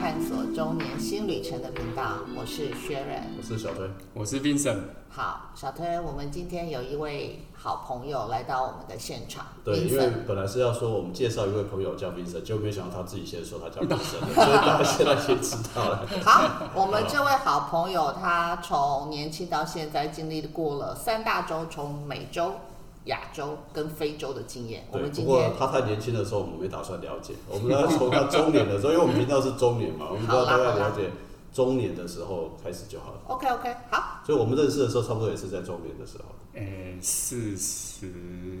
探索中年新旅程的频道，我是薛仁。我是小崔，我是 Vincent，好，小推，我们今天有一位好朋友来到我们的现场，对，因为 Vincent 本来是要说我们介绍一位朋友叫 Vincent，结果没想到他自己先说他叫 Vincent，所以大家现在先知道了。好，我们这位好朋友他从年轻到现在经历过了三大洲，从美洲、亚洲跟非洲的经验。 我对，们不今过天他太年轻的时候，我们没打算了解。我们要从他中年的时候，因为我们频道是中年嘛，我们都要大概了解中年的时候开始就好了。 OK OK 好，所以我们认识的时候，差不多也是在中年的时候。诶，四十，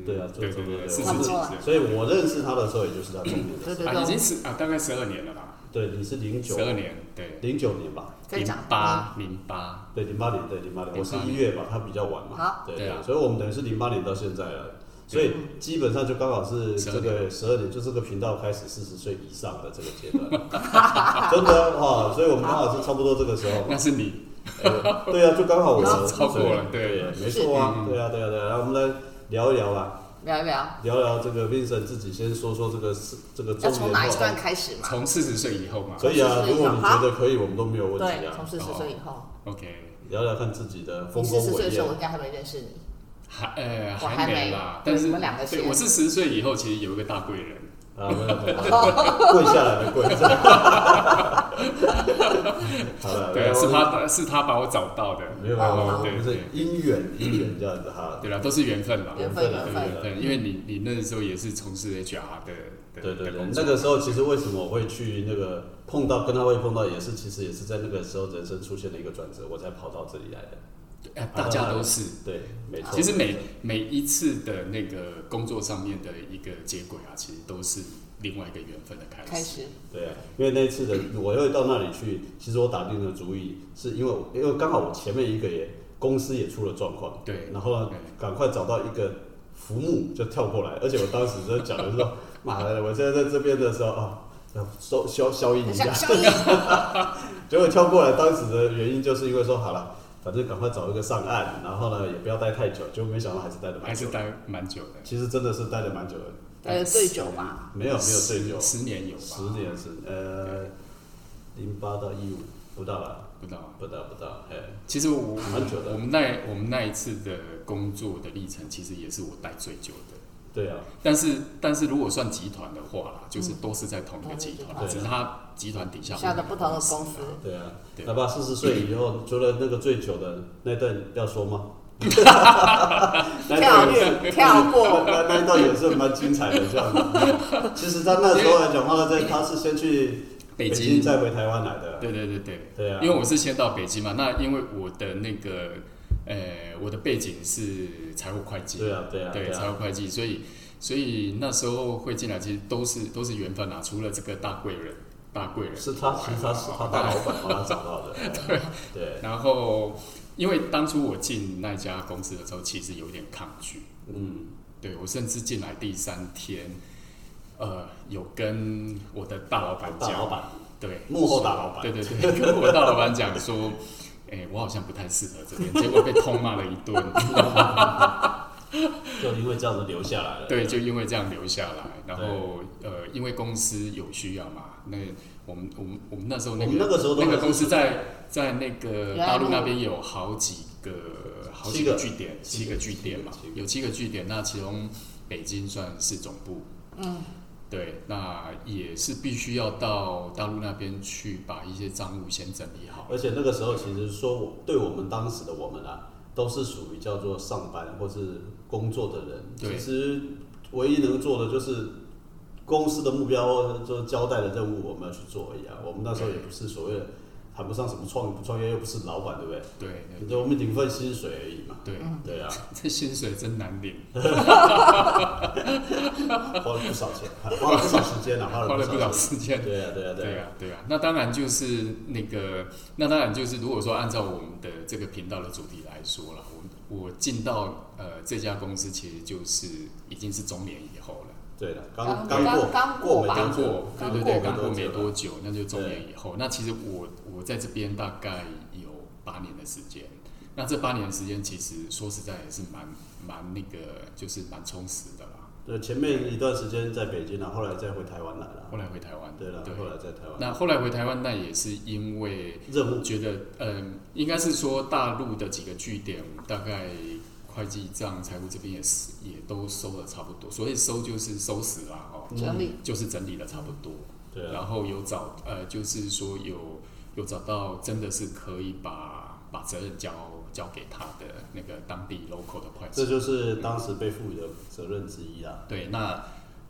对啊就对差对不多对，对四差十不几岁多了所以我认识他的时候，也就是在中年的对时候。对啊，已经对，是啊，大概十二年了吧，对，你是零九十二年，对，零九年吧？再零讲八零八，对，零八年，对零八年，我是08一月吧，他比较晚嘛。好对对对，啊所以我们等于是零八年到现在了，所以基本上就刚好是这个十二年，就这个频道开始四十岁以上的这个阶段，真的哦，所以我们刚好是差不多这个时候嘛 那。是你，哎对啊，就刚好我好超过了对对，没错啊，是对啊，对啊，对啊，然后我们来聊一聊吧，嗯聊一聊，聊聊这个 Vincent 自己先说说这个是这个要中从年哪一后段开始嘛？从四十岁以后嘛可以啊，从四十岁如果你以上觉得可以，我们都没有问题对，啊从。四十岁以后， ，OK，聊聊看自己的丰你四十功岁的伟时业啊候，我。应该还没认识你。还呃我还没没啦，对但是你们两个对先我是十岁以后，其实有一个大贵人，啊，没有没有，没有跪下来的跪下来。好了，对啊，来是他是他把我找到的，哎没有没有没哦有，对不对是姻缘姻缘这样子哈。对啦，都是缘分啦，缘分对缘啊对分缘分，因为你你那时候也是从事 HR 的，对的对的对工，那作个时候其实为什么我会去那个碰到跟他会碰到，也是其实也是在那个时候人生出现了一个转折，我才跑到这里来的。呃大家都是，对，没错。其实每每一次的那个工作上面的一个接轨啊，其实都是另外一个缘分的开始。开始，对啊，因为那一次的我又到那里去，其实我打定了主意，是因为我因为刚好我前面一个也公司也出了状况，对然后呢对赶快找到一个浮木就跳过来，而且我当时就讲的是说， 妈的，我现在在这边的时候啊，要收消消音一很下像，像你，结果跳过来，当时的原因就是因为说好了，反正赶快找一个上岸，然后呢也不要待太久，结果没想到还是待的蛮还是久，待蛮久的，其实真的是待的蛮久的，呃，最久吧，没有没有十最久，十年有吧？十年是呃零八到一五不到吧。不到。不到不到，哎，其实我蛮久的我们那我们那一次的工作的历程，其实也是我待最久的。对啊，但是但是如果算集团的话啦，就是都是在同一个同一个集集团，团只是它集团底下嗯下的有不同的公啊司。对啊。对那爸四十岁以 后，除了那个最久的那段要说吗？那一跳段也跃跳过，那那一段也是蛮精彩的，这样子。其实他那时候来讲话，在他是先去北京，京。再回台湾来的。对对对对。对啊，因为我是先到北京嘛，那因为我的那个呃，我的背景是财务会计，对啊对啊对财啊，务会计，所以所以那时候会进来，其实都是都是缘分啊，除了这个大贵人，大贵人是他其实他是他大老板帮他找 到的。对对，然后因为当初我进那家公司的时候，其实有点抗拒，嗯，对我甚至进来第三天，呃，有跟我的大老板大老讲，板，对幕后大老板对对对，跟我大老板讲说， 哎、我好像不太适合这边，结果被痛骂了一 顿，就因为这样子留下来了。对，就因为这样留下来，然后呃，因为公司有需要嘛，那我们我们我们那时候那我个们那个时候都那还个是公司在在那个原来大陆路那边有好几个好七几个个据点，七七个个据点嘛七个七，有七个据点，那其中北京算是总部，嗯，对，那也是必须要到大陆那边去把一些账务先整理好，而且那个时候，其实说我对我们当时的我们啊，都是属于叫做上班或是工作的人。对其实唯一能做的就是公司的目标，就是交代的任务，我们要去做而已啊。我们那时候也不是所谓的谈不上什么创不创业，又不是老板，对不对？对你就我们领份薪水而已 嘛。对对，对啊，这薪水真难领，花了不少钱，花了不少时间啊，花 花了了不不少少时时间间。。对啊，对啊，对啊。啊，对啊，那当然就是那个，那当然就是，如果说按照我们的这个频道的主题来说了，我我进到呃这家公司，其实就是已经是中年以后了，对的，刚刚过，刚过没吧多刚久过，，刚对对对，过刚过没久多久，那就中年以后。那其实我我在这边大概有八年的时间，那这八年的时间其实说实在也是蛮蛮那个，就是蛮充实的啦。呃，前面一段时间在北京啊，后来再回台湾来了。后来回台湾，对了，后来在台湾那后来回台湾，那也是因为任务觉得，嗯，应该是说大陆的几个据点，我们大概会计账、财务这边也是也都收的差不多，所以收就是收拾啦，哦，整理就是整理的差不多。嗯对啊，然后有找呃，就是说有有找到真的是可以把把责任交交给他的那个当地 local 的会计，这就是当时被赋予的责任之一啦。对，那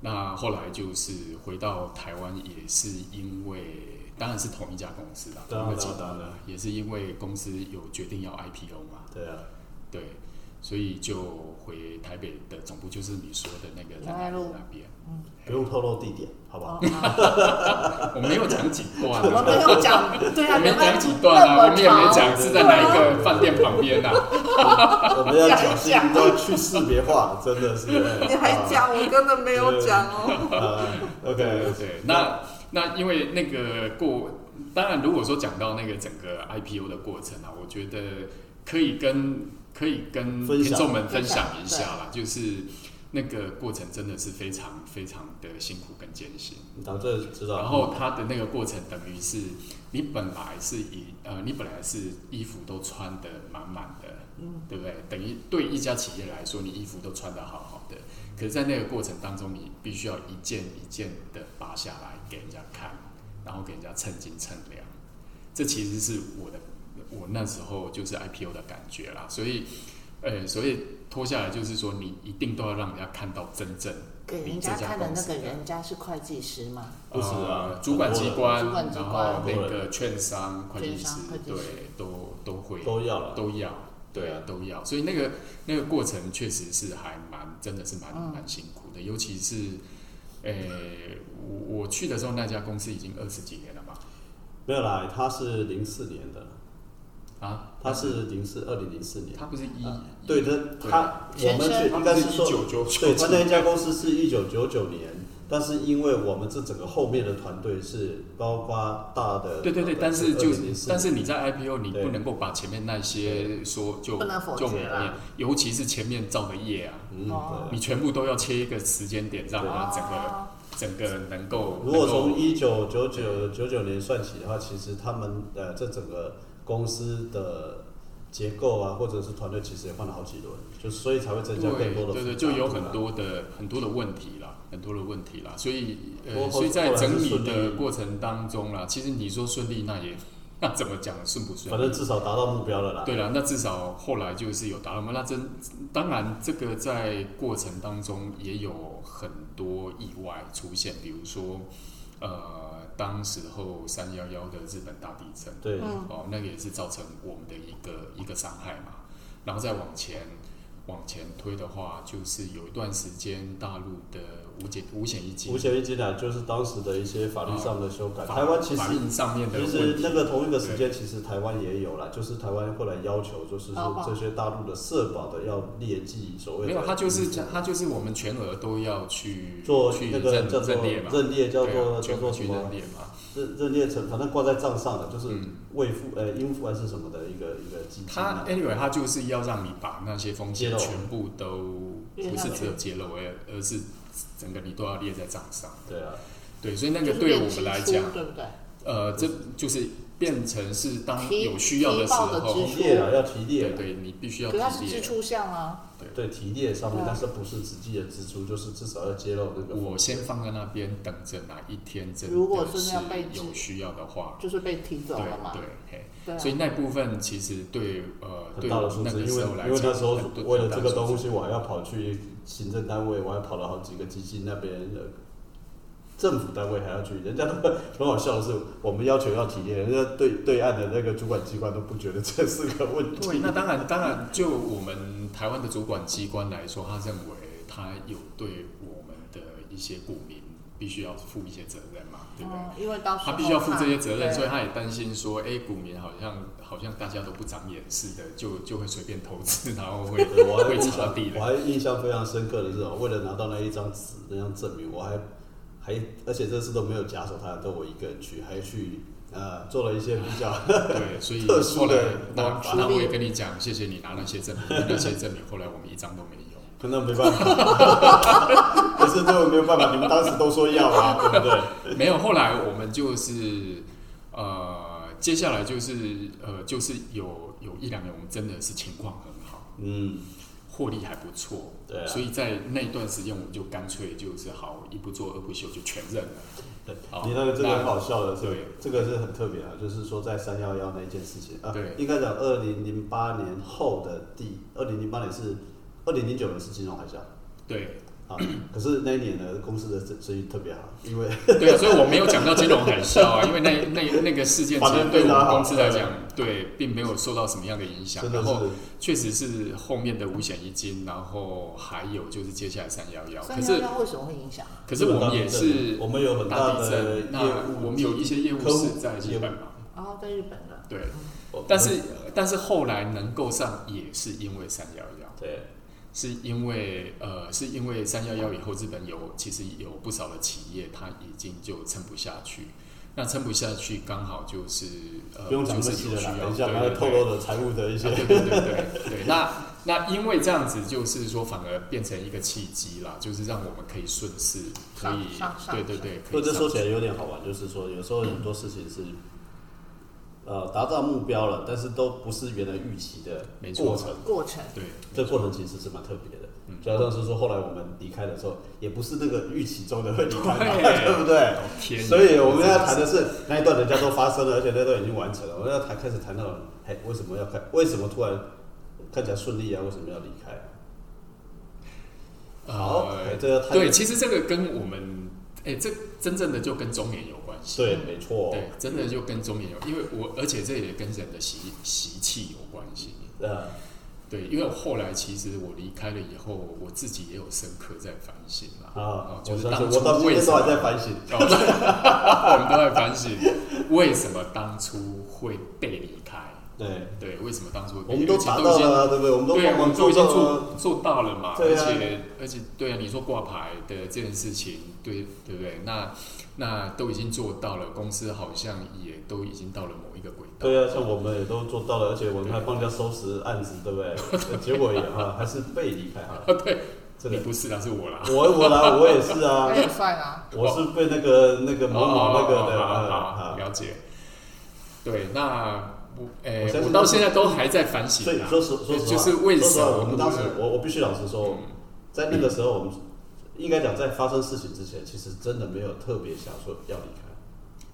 那后来就是回到台湾，也是因为当然是同一家公司啦，当然同一个集当然团啦，也是因为公司有决定要 IPO 嘛，对啊，对，所以就回台北的总部，就是你说的那个仁爱在路那边，不用透露地点，好哦不好？我没有讲几段啊我们啊。没有讲， 对啊，我没人家讲几段啊，我们也没讲是在哪一对啊个饭店旁边啊。我们要讲事情都要去识别化，真的是。你还讲，我真的没有讲 哦。啊对？OK，对，那那因为那个过，当然如果说讲到那个整个 IPO 的过程啊，我觉得可以跟可以跟分享听众们分享分一享下啦，就是那个过程真的是非常非常的辛苦跟艰辛。讲这个知道。然后它的那个过程等于是你本来是以呃，你本来是衣服都穿的满满的，对不对？等于对一家企业来说，你衣服都穿的好好的，可是，在那个过程当中，你必须要一件一件的拔下来给人家看，然后给人家称斤称两。这其实是我的我那时候就是 IPO 的感觉啦，所以。呃，所以脱下来就是说，你一定都要让人家看到真正给人你这家看的公那司个人家是会计师吗？不是啊呃主管机关，主管机然关后那个券商、会计券师商会，计师对，都都会都要了，都要，对啊，都要。所以那个那个过程确实是还蛮，真的是蛮嗯蛮辛苦的，尤其是，呃，我我去的时候那家公司已经二十几年了嘛，没有啦，他是零四年的，啊，他是零四二零零四年。他不是一啊对的，对他我全们去身应该是一说九九九对，他那一家公司是一九九九年，但是因为我们这整个后面的团队是包括大的，对对对，但是就2004但是你在 IPO，你对不能够把前面那些说就不能否就决抹啦灭，尤其是前面造的业啊，嗯，哦对你全部都要切一个时间点，让它啊整个哦整个能够。如果能从够一九九九九九年算起的话，其实他们呃这整个公司的结构啊，或者是团队，其实也换了好几轮，就所以才会增加更多的复对对杂对，度就有很啦多的很多的问题啦，很多的问题啦，所以不过呃，后所以在整后理来是顺的利过程当中啦，其实你说顺利，那也 那怎么讲顺不顺利？反正至少达到目标了啦。对了，那至少后来就是有达到嘛。那真当然，这个在过程当中也有很多意外出现，比如说，呃，当时候三幺幺的日本大地震，对，嗯哦，那个也是造成我们的一个一个伤害嘛。然后再往前往前推的话，就是有一段时间大陆的五险五险一金五，险一金啊，就是当时的一些法律上的修改。法台湾其实法令上面的其问实题，那个同一个时间，其实台湾也有啦，就是台湾后来要求，就是劳说保这些大陆的社保的要列记所谓的没有，它就是它就是我们全额都要去做去那个认叫做认列嘛，认列叫对啊做叫全做国什去么认列嘛，认认列成，反正挂在账上的，就是嗯未付呃应付还是什么的一个一个基金他哎啊。 anyway，他就是要让你把那些风揭险露全部都列不上是去只有揭露，而而是整个你都要列在账上。对啊，对，所以那就个是对练我支们来出讲，对不对？呃，这就是变成是当提有需要提时报的候支，出提列啊，要提列对啦，对，你必须要可是它是提支列。出项啊，对提列上面对，啊但是不是实际的支出，就是至少要揭露那个。我先放在那边，等着哪一天真如果的真的是要被有指需要的话，就是被提对走了嘛对。，嘿对啊，所以那部分其实对呃，很对大的我数那字，个因为时候因来为那讲，时候很多为了很大这个的数东字西，我还要跑去行政单位，我还跑了好几个基金那边，呃政府单位还要去，人家都 很好笑的是，我们要求要体验，人家对对岸的那个主管机关都不觉得这是个问题。对，那当然，当然，就我们台湾的主管机关来说，他认为他有对我们的一些股民必须要负一些责任嘛，对不对？嗯因为到时候他必须要负这些责任，对所以他也担心说，哎、股民好像好像大家都不长眼似的，就就会随便投资，然后 会对我还会印查象地，雷我。还印象非常深刻的是哦，为了拿到那一张纸那张证明，我还还而且这次都没有假手他人，都我一个人去，还去呃做了一些比较对，所以特殊后来的那处那我理也跟你讲，谢谢你拿那些证明，那些证明后来我们一张都没有。可能没办法， 可是这个没有办法，你们当时都说要啊，对不对？没有，后来我们就是呃，接下来就是呃，就是有有一两年我们真的是情况很好，嗯，获利还不错，对啊所以在那段时间我们就干脆就是好一不做二不休就全认了，对好你那个真的很好笑的是对，这个是很特别啊，就是说在三幺幺那件事情啊，对应该讲二零零八年后的第，二零零八年是二零零九年是金融海啸对 啊，可是那一年呢，公司的生生意特别好，因为对啊，所以我没有讲到金融海 啸啊，因为那那那个事件其反实正对我非常们好公司来讲，对，并没有受到什么样的影响，真的然是后确实是后面的五险一金，然后还有就是接下来三幺幺，可三是幺幺为什么会影响？啊可是我们也是我们有很大大的地业震，那务，我们有一些业务客户是在日业务本嘛，哦，在日本的，对，我但是但是后来能够上也是因为三幺幺，对是因为呃是因为三幺幺以后日本有其实有不少的企业它已经就撑不下去，那撑不下去刚好就是呃不用讲就这是些有了需啦要，，等一下对刚才对透对露了财务的一些啊，对对对对对，那那因为这样子，就是说反而变成一个契机啦，就是让我们可以顺势，可以上上上对对对，可或以者上说起来有点好玩，就是说有时候很多事情是，呃，达到目标了，但是都不是原来预期的没错嗯过程。过程对这过程其实是蛮特别的，就好像是说后来我们离开的时候，也不是那个预期中的会离开嘛，对 对不对？天哪，所以我们要真的谈是的是那一段人家都发生了，而且那段已经完成了，我们要谈开始谈到，哎，为什么要开？为什么突然看起来顺利啊？为什么要离开？好哎呃，，这个太对，其实这个跟我们哎、这真正的就跟中年有关系，对，没错，对，真的就跟中年有，因为我而且这也跟人的习习气有关系。呃，对，因为我后来其实我离开了以后，我自己也有深刻在反省啦。啊哦，就我是相信当我到初今为天什都还 么在反省。哦，我们都在反省，为什么当初会被离开？对，对，为什么当初会被我们都而且达已到经了啊，对不对？我们都对，帮我忙们做都已经到了啊。做做到了嘛，对而啊且而且对啊，你说挂牌的这件事情，对对不对？那那都已经做到了，公司好像也都已经到了某一个轨道。对啊，像我们也都做到了，而且我们还帮人家收拾案子，对不 对？结果也哈，还是被离开哈。啊， 对，这你个不是啦，是我啦。我我来，我也是啊那，也算啊。我是被那个那个哦某某哦那个的哦好好啊。好啊了解。对，那我诶我，相信我到现在都还在反省所以啊。说实说实话，就是为说实什话么我们当时我我必须老实说，嗯在那个时候我们应该讲在发生事情之前，其实真的没有特别想说要离开，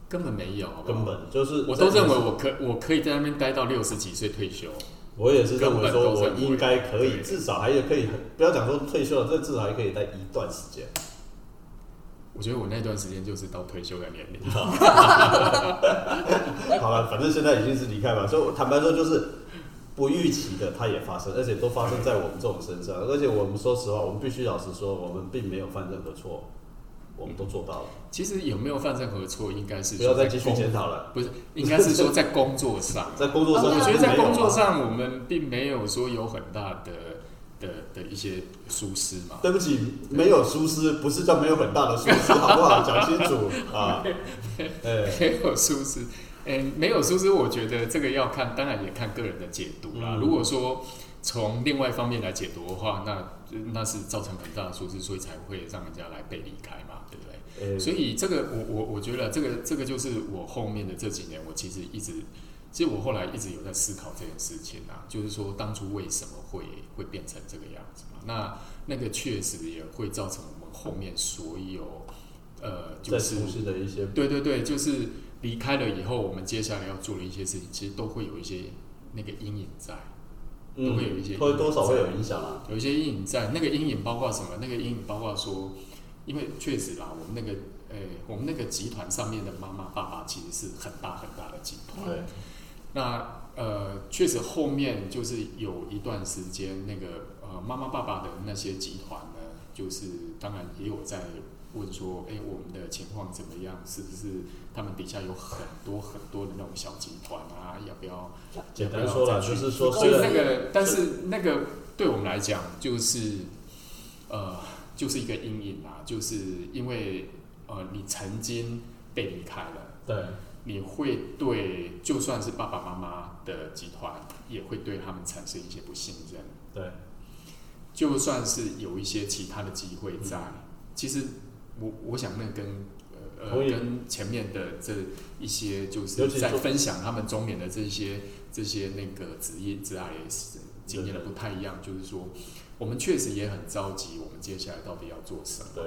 根本没有，好不好根本就是我都认为我我可我可以在那边待到六十几岁退休。我也是认为说，我应该可根本都是不以，会至少还也可以，不要讲说退休了，这至少还可以待一段时间。我觉得我那段时间就是到退休的年龄。好了，反正现在已经是离开嘛，所以我坦白说，就是不预期的它也发生，而且都发生在我们这种身上。而且我们说实话，我们必须老实说，我们并没有犯任何错，我们都做到了。其实有没有犯任何错，应该嗯是不要说再在继续工检讨了， 不是，应该是说在工作上 。在工作上哦面我是没有啊，觉得在工作上，我们并没有说有很大的的的一些疏失嘛。对不起，没有疏失，不是叫没有很大的疏失，好不好？讲清楚啊。哎，没有疏失，嗯、没有疏失，我觉得这个要看，当然也看个人的解读啦。嗯如果说从另外一方面来解读的话，那那是造成很大的疏失，所以才会让人家来被离开嘛，对不对？哎所以这个我我我觉得这个这个就是我后面的这几年，我其实一直，其实我后来一直有在思考这件事情啊，就是说当初为什么会会变成这个样子嘛？那那个确实也会造成我们后面所有呃，就在是重新的一些对对对，就是离开了以后，我们接下来要做的一些事情，其实都会有一些那个阴影在，嗯，都会有一些会多少会有影响啊。有一些阴影在。那个阴影包括什么？那个阴影包括说，因为确实啦，我们那个呃，我们那个集团上面的妈妈爸爸其实是很大很大的集团。对，那呃，确实后面就是有一段时间，那个呃妈妈爸爸的那些集团呢，就是当然也有在问说，哎，我们的情况怎么样？是不是他们底下有很多很多的那种小集团啊？要不要？简单说了，就是说所虽以然那个，但是那个对我们来讲，就是呃，就是一个阴影啊，就是因为呃，你曾经被离开了。对你会对就算是爸爸妈妈的集团，也会对他们产生一些不信任。对就算是有一些其他的机会在，嗯其实我我想那跟呃呃同意跟前面的这一些就尤是其是在做分享他们中年的这些这些那个职业职 IS 经验的不太一样，就是说我们确实也很着急，我们接下来到底要做什么？对，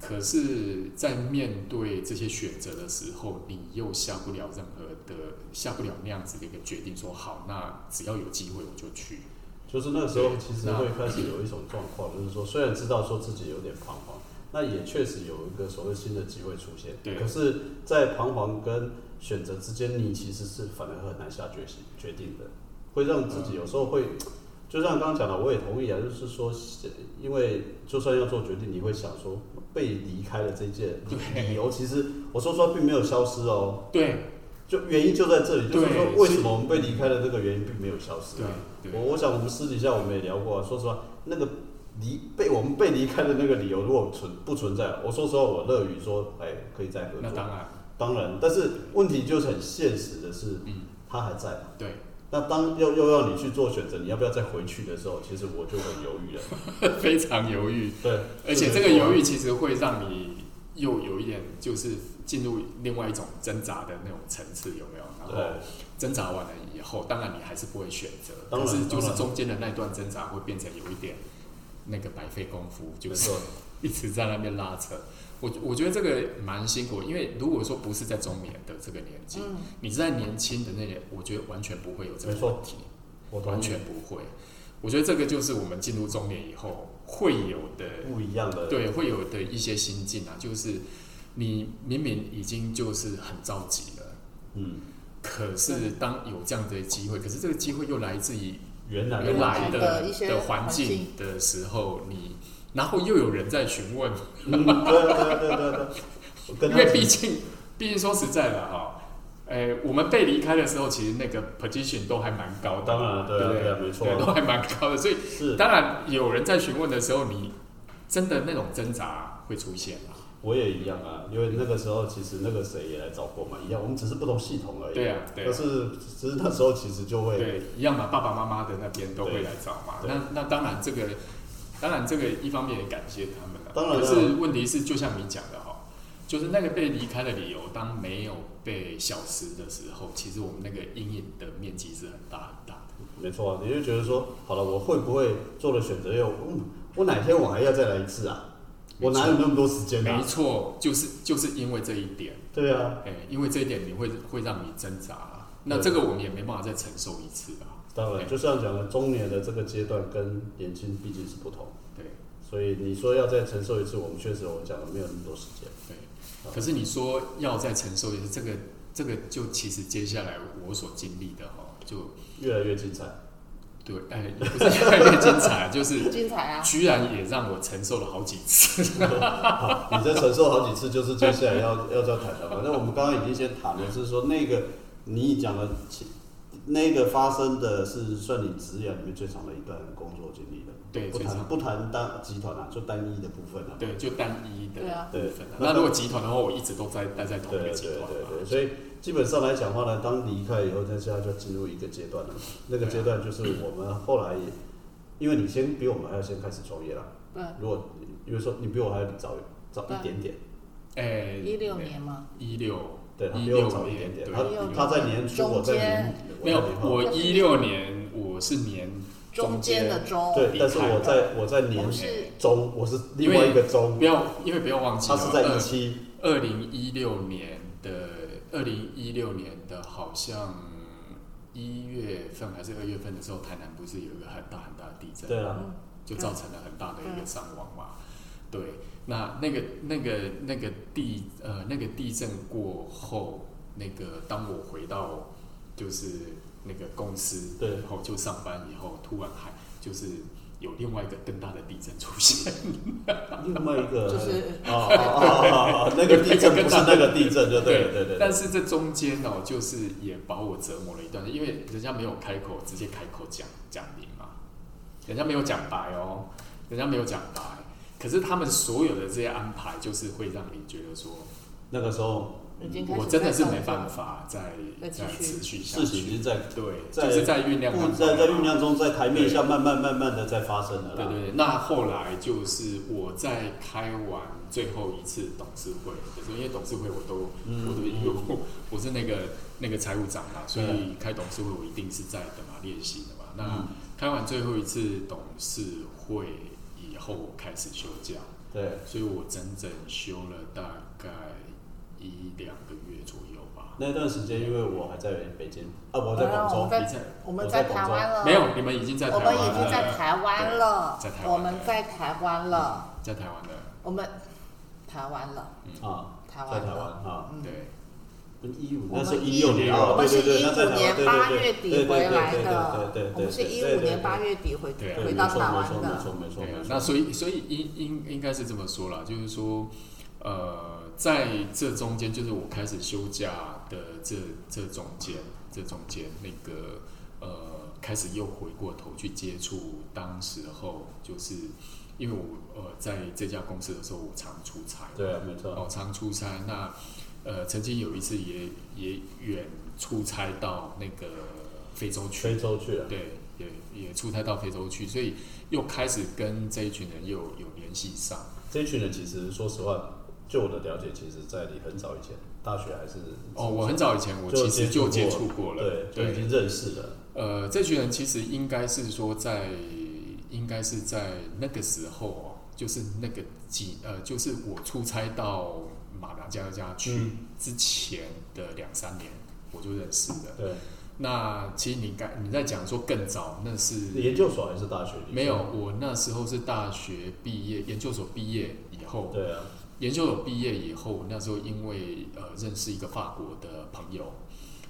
可是，在面对这些选择的时候，你又下不了任何的下不了那样子的一个决定说好，那只要有机会我就去。就是那时候对其实那会开始有一种状况，就是说虽然知道说自己有点彷徨，那也确实有一个所谓新的机会出现，对可是，在彷徨跟选择之间，你其实是反而很难下决心决定的，会让自嗯己有时候会，就像刚刚讲的，我也同意啊，就是说，因为就算要做决定，你会想说被离开了这件对理由，其实我说实话并没有消失哦，对就原因就在这里，就是对说为所以什么我们被离开的这个原因并没有消失、对啊。我对我想我们私底下我们也聊过、啊，说实话，那个离被我们被离开的那个理由，如果存不存在，我说实话，我乐于说，哎，可以再合那作。当然，当然，但是问题就是很现实的是，嗯，他还在嘛。对， 那当又又要你去做选择，你要不要再回去的时候，其实我就很犹豫了。非常犹豫，对，而且这个犹豫其实会让你又有一点就是进入另外一种挣扎的那种层次，有没有？然后对，挣扎完了以后，当然你还是不会选择，当但然是就当是然中间的那段挣扎会变成有一点那个白费功夫，就没是 错，一直在那边拉扯。我我觉得这个蛮辛苦，因为如果说不是在中年的这个年纪，嗯，你是在年轻的那年，我觉得完全不会有这没个错问题，我同意完全不会。我觉得这个就是我们进入中年以后会有的，不一样的。对，会有的一些心境啊，就是你明明已经就是很着急了，嗯，可是当有这样的机会，可是这个机会又来自于原来原来原来的的一些的环环境境的时候，你然后又有人在询问。嗯，对对对对 对，我跟因他为毕竟，毕竟说实在的哈、诶，我们被离开的时候，其实那个 position 都还蛮高的，当然了对啊对不对啊没错啊对都还蛮高的。所以是当然有人在询问的时候，你真的那种挣扎会出现啊，我也一样啊，因为那个时候其实那个谁也来找过嘛，一样，我们只是不同系统而已。对啊，对可啊，是只是那时候其实就会对，一样嘛，爸爸妈妈的那边都会对来找嘛。对那那当然这个，当然这个一方面也感谢他们了，啊当然了啊可是问题是，就像你讲的哈、就是那个被离开的理由，当没有被消失的时候，其实我们那个阴影的面积是很大很大的。没错啊，你就觉得说，好了，我会不会做了选择又，嗯，我哪天我还要再来一次啊？我哪有那么多时间没啊？错，就是就是因为这一点，对啊，哎、因为这一点你会会让你挣扎啊。那对这个我们也没办法再承受一次啊。当然，就像讲的，中年的这个阶段跟年轻毕竟是不同，对所以你说要再承受一次，我们确实我讲的没有那么多时间。对，可是你说要再承受一次，这个这个就其实接下来我所经历的哈，就越来越精彩，对，哎、也不是越来越精彩，就是精彩啊！居然也让我承受了好几次。好你这承受好几次，就是接下来要要叫谈的。反正我们刚刚已经先谈了，是说那个你讲的其，那个发生的是算你职业里面最长的一段工作经历了。对不最谈长不谈单集团啊，就单一的部分啊。对，就单一的对啊部分、对啊。那如果集团的话，我一直都在待在同对一对个对集团嘛。对，所以基本上来讲的话呢，当离开以后，那现在就进入一个阶段了。那个阶段就是我们后来也，因为你先比我们还要先开始创业啦。对，如果比如说你比我还要早早对一点点，哎，一六年嘛，一六对他一比我六早一点年，点，对他16他在年初，我在年没有在年，后我一六年我是年中间的中，对，但是我在我在我年们是中，我是另外一个中不，要，因为不要忘记他了，是在一七，二零一六年的二零一六年的，好像一月份还是二月份的时候，台南不是有一个很大很大的地震，对啊，嗯就造成了很大的一个伤亡嘛。对，那那个那个那个地呃那个地震过后，那个当我回到就是那个公司，对然后就上班以后，突然还就是有另外一个更大的地震出现，另外一个就是啊啊啊啊，那个地震不是那个地震，就对了对对但对，是这中间哦，就是也把我折磨了一段，因为人家没有开口直接开口讲讲明嘛，人家没有讲白哦，人家没有讲白，可是他们所有的这些安排，就是会让你觉得说，那个时候嗯已经开始我真的是没在办动了。法再再继再续持续下事情已去经。在对，在就是在酝酿当不中，在在酝酿中，在台面下慢慢慢慢的在发生了对啦。对对，那后来就是我在开完最后一次董事会的时候，因为董事会我都、嗯我都因为我我是那个那个财务长嘛，所对以开董事会我一定是在的嘛练习的嘛。那嗯开完最后一次董事会以后，我开始休假，对，所以我整整休了大概一两个月左右吧。那段时间因为我还在北京，啊，我在然广后我州们，在你在我们我在在台广州湾了，没有，你们已经在嗯台我湾们了，已经在台湾了，对在台湾了我们在台湾了，在台湾了，我们台湾了，啊，台在湾台湾了，啊，嗯，对。一五我那们是一一六五年我啊，们对是对一对，那在五台年八湾，月对底对对对对对回来对的对对对，我们是一对五对年八月底回对啊对，回没到错台没湾错没的，错没错对啊没，错那，所以所以应应应该是这么说啦，就是说，呃，在这中间，就是我开始休假的这这中间，这中间那个呃，开始又回过头去接触，当时候就是因为我呃在这家公司的时候，我常出差，对啊没错，哦，常出差。那呃，曾经有一次也也远出差到那个非洲去，非洲去了，啊对，也也出差到非洲去，所以又开始跟这一群人又有联系上。这一群人其实说实话，就我的了解，其实在你很早以前，大学还是哦，我很早以前我就其实接触就接过触过了对，就已经认识了，呃，这群人其实应该是说在，应该是在那个时候哦，就是那个几呃，就是我出差到马达加斯加去嗯之前的两三年，我就认识的。对，那其实你刚你在讲说更早，那是研究所还是大学里没有，我那时候是大学毕业，研究所毕业以后，对啊，研究所毕业以后，那时候因为呃认识一个法国的朋友，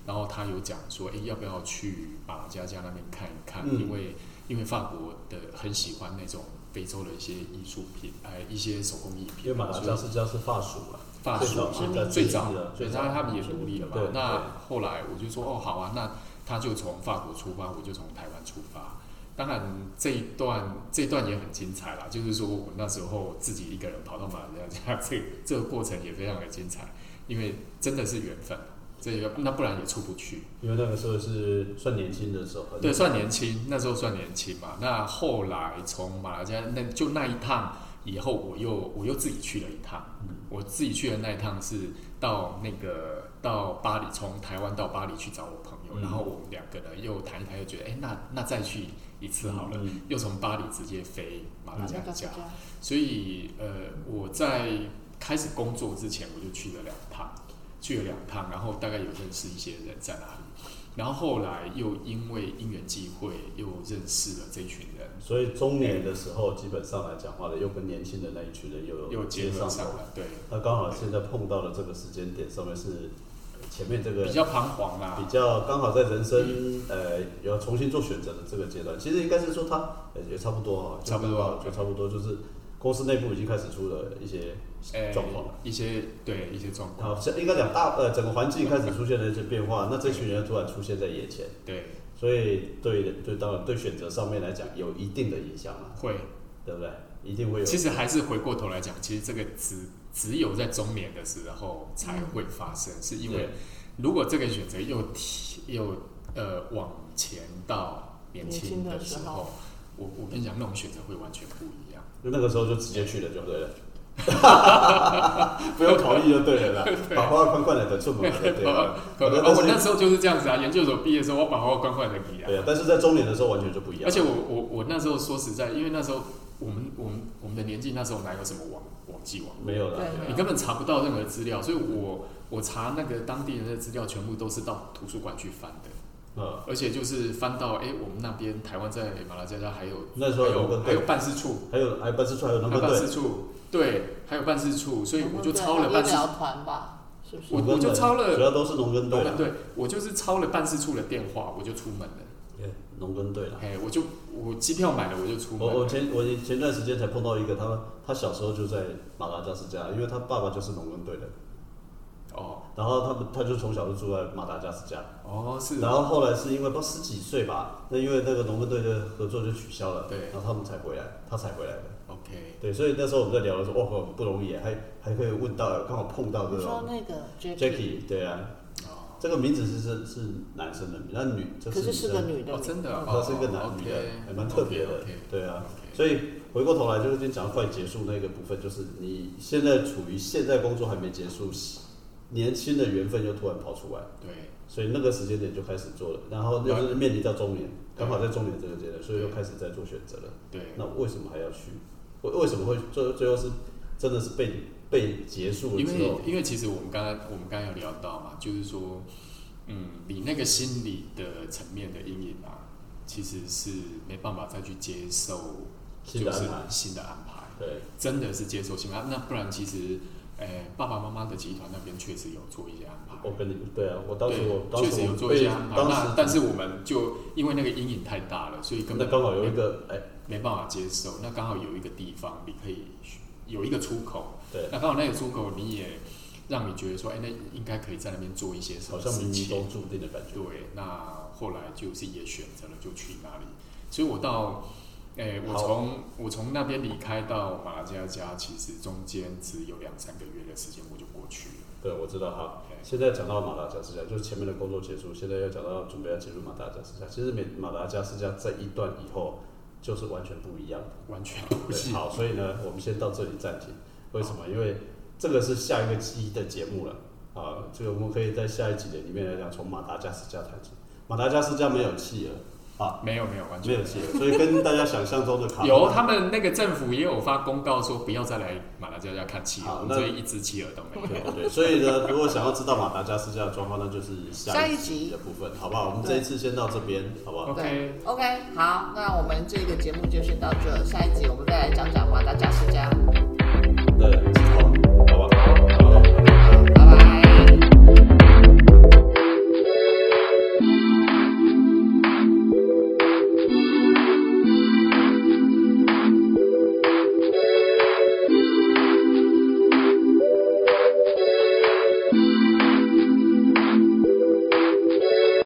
然后他有讲说，诶，要不要去马达加加那边看一看？嗯因为因为法国的很喜欢那种非洲的一些艺术品，哎、一些手工艺因为品嘛，马达加斯加是法属嘛，法属嘛最早是，最早的，对，最当早然他们也独立了嘛对。那后来我就说，哦，好啊，那他就从法国出发，我就从台湾出发。当然这一段这一段也很精彩啦，就是说我那时候自己一个人跑到马来西亚，这这个过程也非常的精彩，因为真的是缘分，这个那不然也出不去。因为那个时候是算年轻的时候，对，算年轻，那时候算年轻嘛。那后来从马来西亚，那就那一趟以后，我又我又自己去了一趟。嗯我自己去的那一趟是到那个到巴黎，从台湾到巴黎去找我朋友，嗯然后我们两个人又谈一谈，又觉得哎、那那再去一次好了，嗯又从巴黎直接飞马来马西达加亚斯加所以呃，我在开始工作之前，我就去了两趟，去了两趟，然后大概有认识一些人在哪里，然后后来又因为因缘际会，又认识了这一群人，所以中年的时候，基本上来讲话的，又跟年轻的那一群人又又结接合上上头了。了，对，那刚好现在碰到了这个时间点，上面是前面这个比较彷徨啦、比较刚好在人生呃要重新做选择的这个阶段，其实应该是说他呃也差不多啊，就差不多啊就差不多，就是公司内部已经开始出了一些哎状况了。一些对一些状况，好，像应该讲大呃，整个环境开始出现了一些变嗯化，那这群人突然出现在眼前，对，所以对对，当然对选择上面来讲有一定的影响嘛，会，对不对？一定会有。其实还是回过头来讲，其实这个只只有在中年的时候才会发生，是因为对如果这个选择又提又呃往前到年轻的时年轻的时候候，我我跟你讲，那种选择会完全不一样。那个时候就直接去了就对了， 不用考虑就 对了啦，把花款款的等出门就对啊了。 可能但呃我是那时候就是这样子啊，研究所毕业的时候，我把我关关的给啊对。啊，但是在中年的时候完全就不一样。而且我我我那时候说实在，因为那时候我们我们我们的年纪那时候哪有什么网网际网络没有了，啊对你根本查不到任何资料，所以我我查那个当地人的资料，全部都是到图书馆去翻的，嗯，而且就是翻到哎、诶我们那边台湾在马来西亚还有那时候还有有跟还有队，办事处，还有还有办事处，还有农还耕有办队，事处，对，还有办事处，所以我就抄我了们办的医事疗团吧，是不是？我我就抄了主要都是农耕队农耕了，队，我就是抄了办事处的电话，我就出门了，对哦农耕队了。哎、我就我机票买了我就出我我门了，前我前段时间才碰到一个，他他小时候就在马达加斯加，因为他爸爸就是农耕队的，哦然后他们他就从小就住在马达加斯加，哦是然后后来是因为不知道十几岁吧，那因为那个农耕队的合作就取消了，对然后他们才回来，他才回来的， OK，对，所以那时候我们在聊的时候，哦，很不容易，还还可以问到，刚好碰到这你说种那个 Jackie， Jacky，对啊，哦，这个名字是是是男生的名，那女这可是是个女生女的，哦，真的啊，他是一个男女的，还蛮特别的，对啊。所以回过头来，就是今天讲到快结束那个部分，就是你现在处于现在工作还没结束，年轻的缘分又突然跑出来，对，所以那个时间点就开始做了，然后又是面临到中年，刚好在中年这个阶段，所以又开始在做选择了。对，那为什么还要去？为为什么会最最后是真的是被被结束了因之为后？因为其实我们刚才我们刚才有聊到嘛，就是说，嗯，你那个心理的层面的阴影啊，其实是没办法再去接受，就新的安是排，新的安排，对，真的是接受新的安排。那不然其实，呃，爸爸妈妈的集团那边确实有做一些安排。我跟你对啊，我当时对我当确时实有我做一被些安排，当那但时是我们就因为那个阴影太大了，所以根那本刚好有一个哎，没办法接受。那刚好有一个地方你可以去有一个出 口，对，那刚好那个出口你也让你觉得说，哎、那应该可以在那边做一些什好么像事冥冥情中。注定的感觉。对，那后来就是也选择了就去那里，所以我到，哎、我好从我从那边离开到马来加加，其实中间只有两三个月的时间，我就过去了。对，我知道哈。 OK，现在讲到马达加斯加，就是前面的工作结束，现在要讲到准备要进入马达加斯加。其实美马达加斯加在一段以后就是完全不一样的。完全不对，是。好，所以呢，我们先到这里暂停。为什么？因为这个是下一个期的节目了啊，这个我们可以在下一集的里面来讲，从马达加斯加谈起。马达加斯加没有企鹅啊，没有没有，完全没有企鹅，所以跟大家想象中的卡通有，他们那个政府也有发公告说不要再来马来西亚看企好鹅，那所以一只企鹅都没有。对对，所以呢，如果想要知道马达加斯加的状况，那就是下下一一集集的部分，好不好？我们这一次先到这边，好不对好？OK， OK，好，那我们这个节目就先到这，下一集我们再来讲讲马达加斯加。对。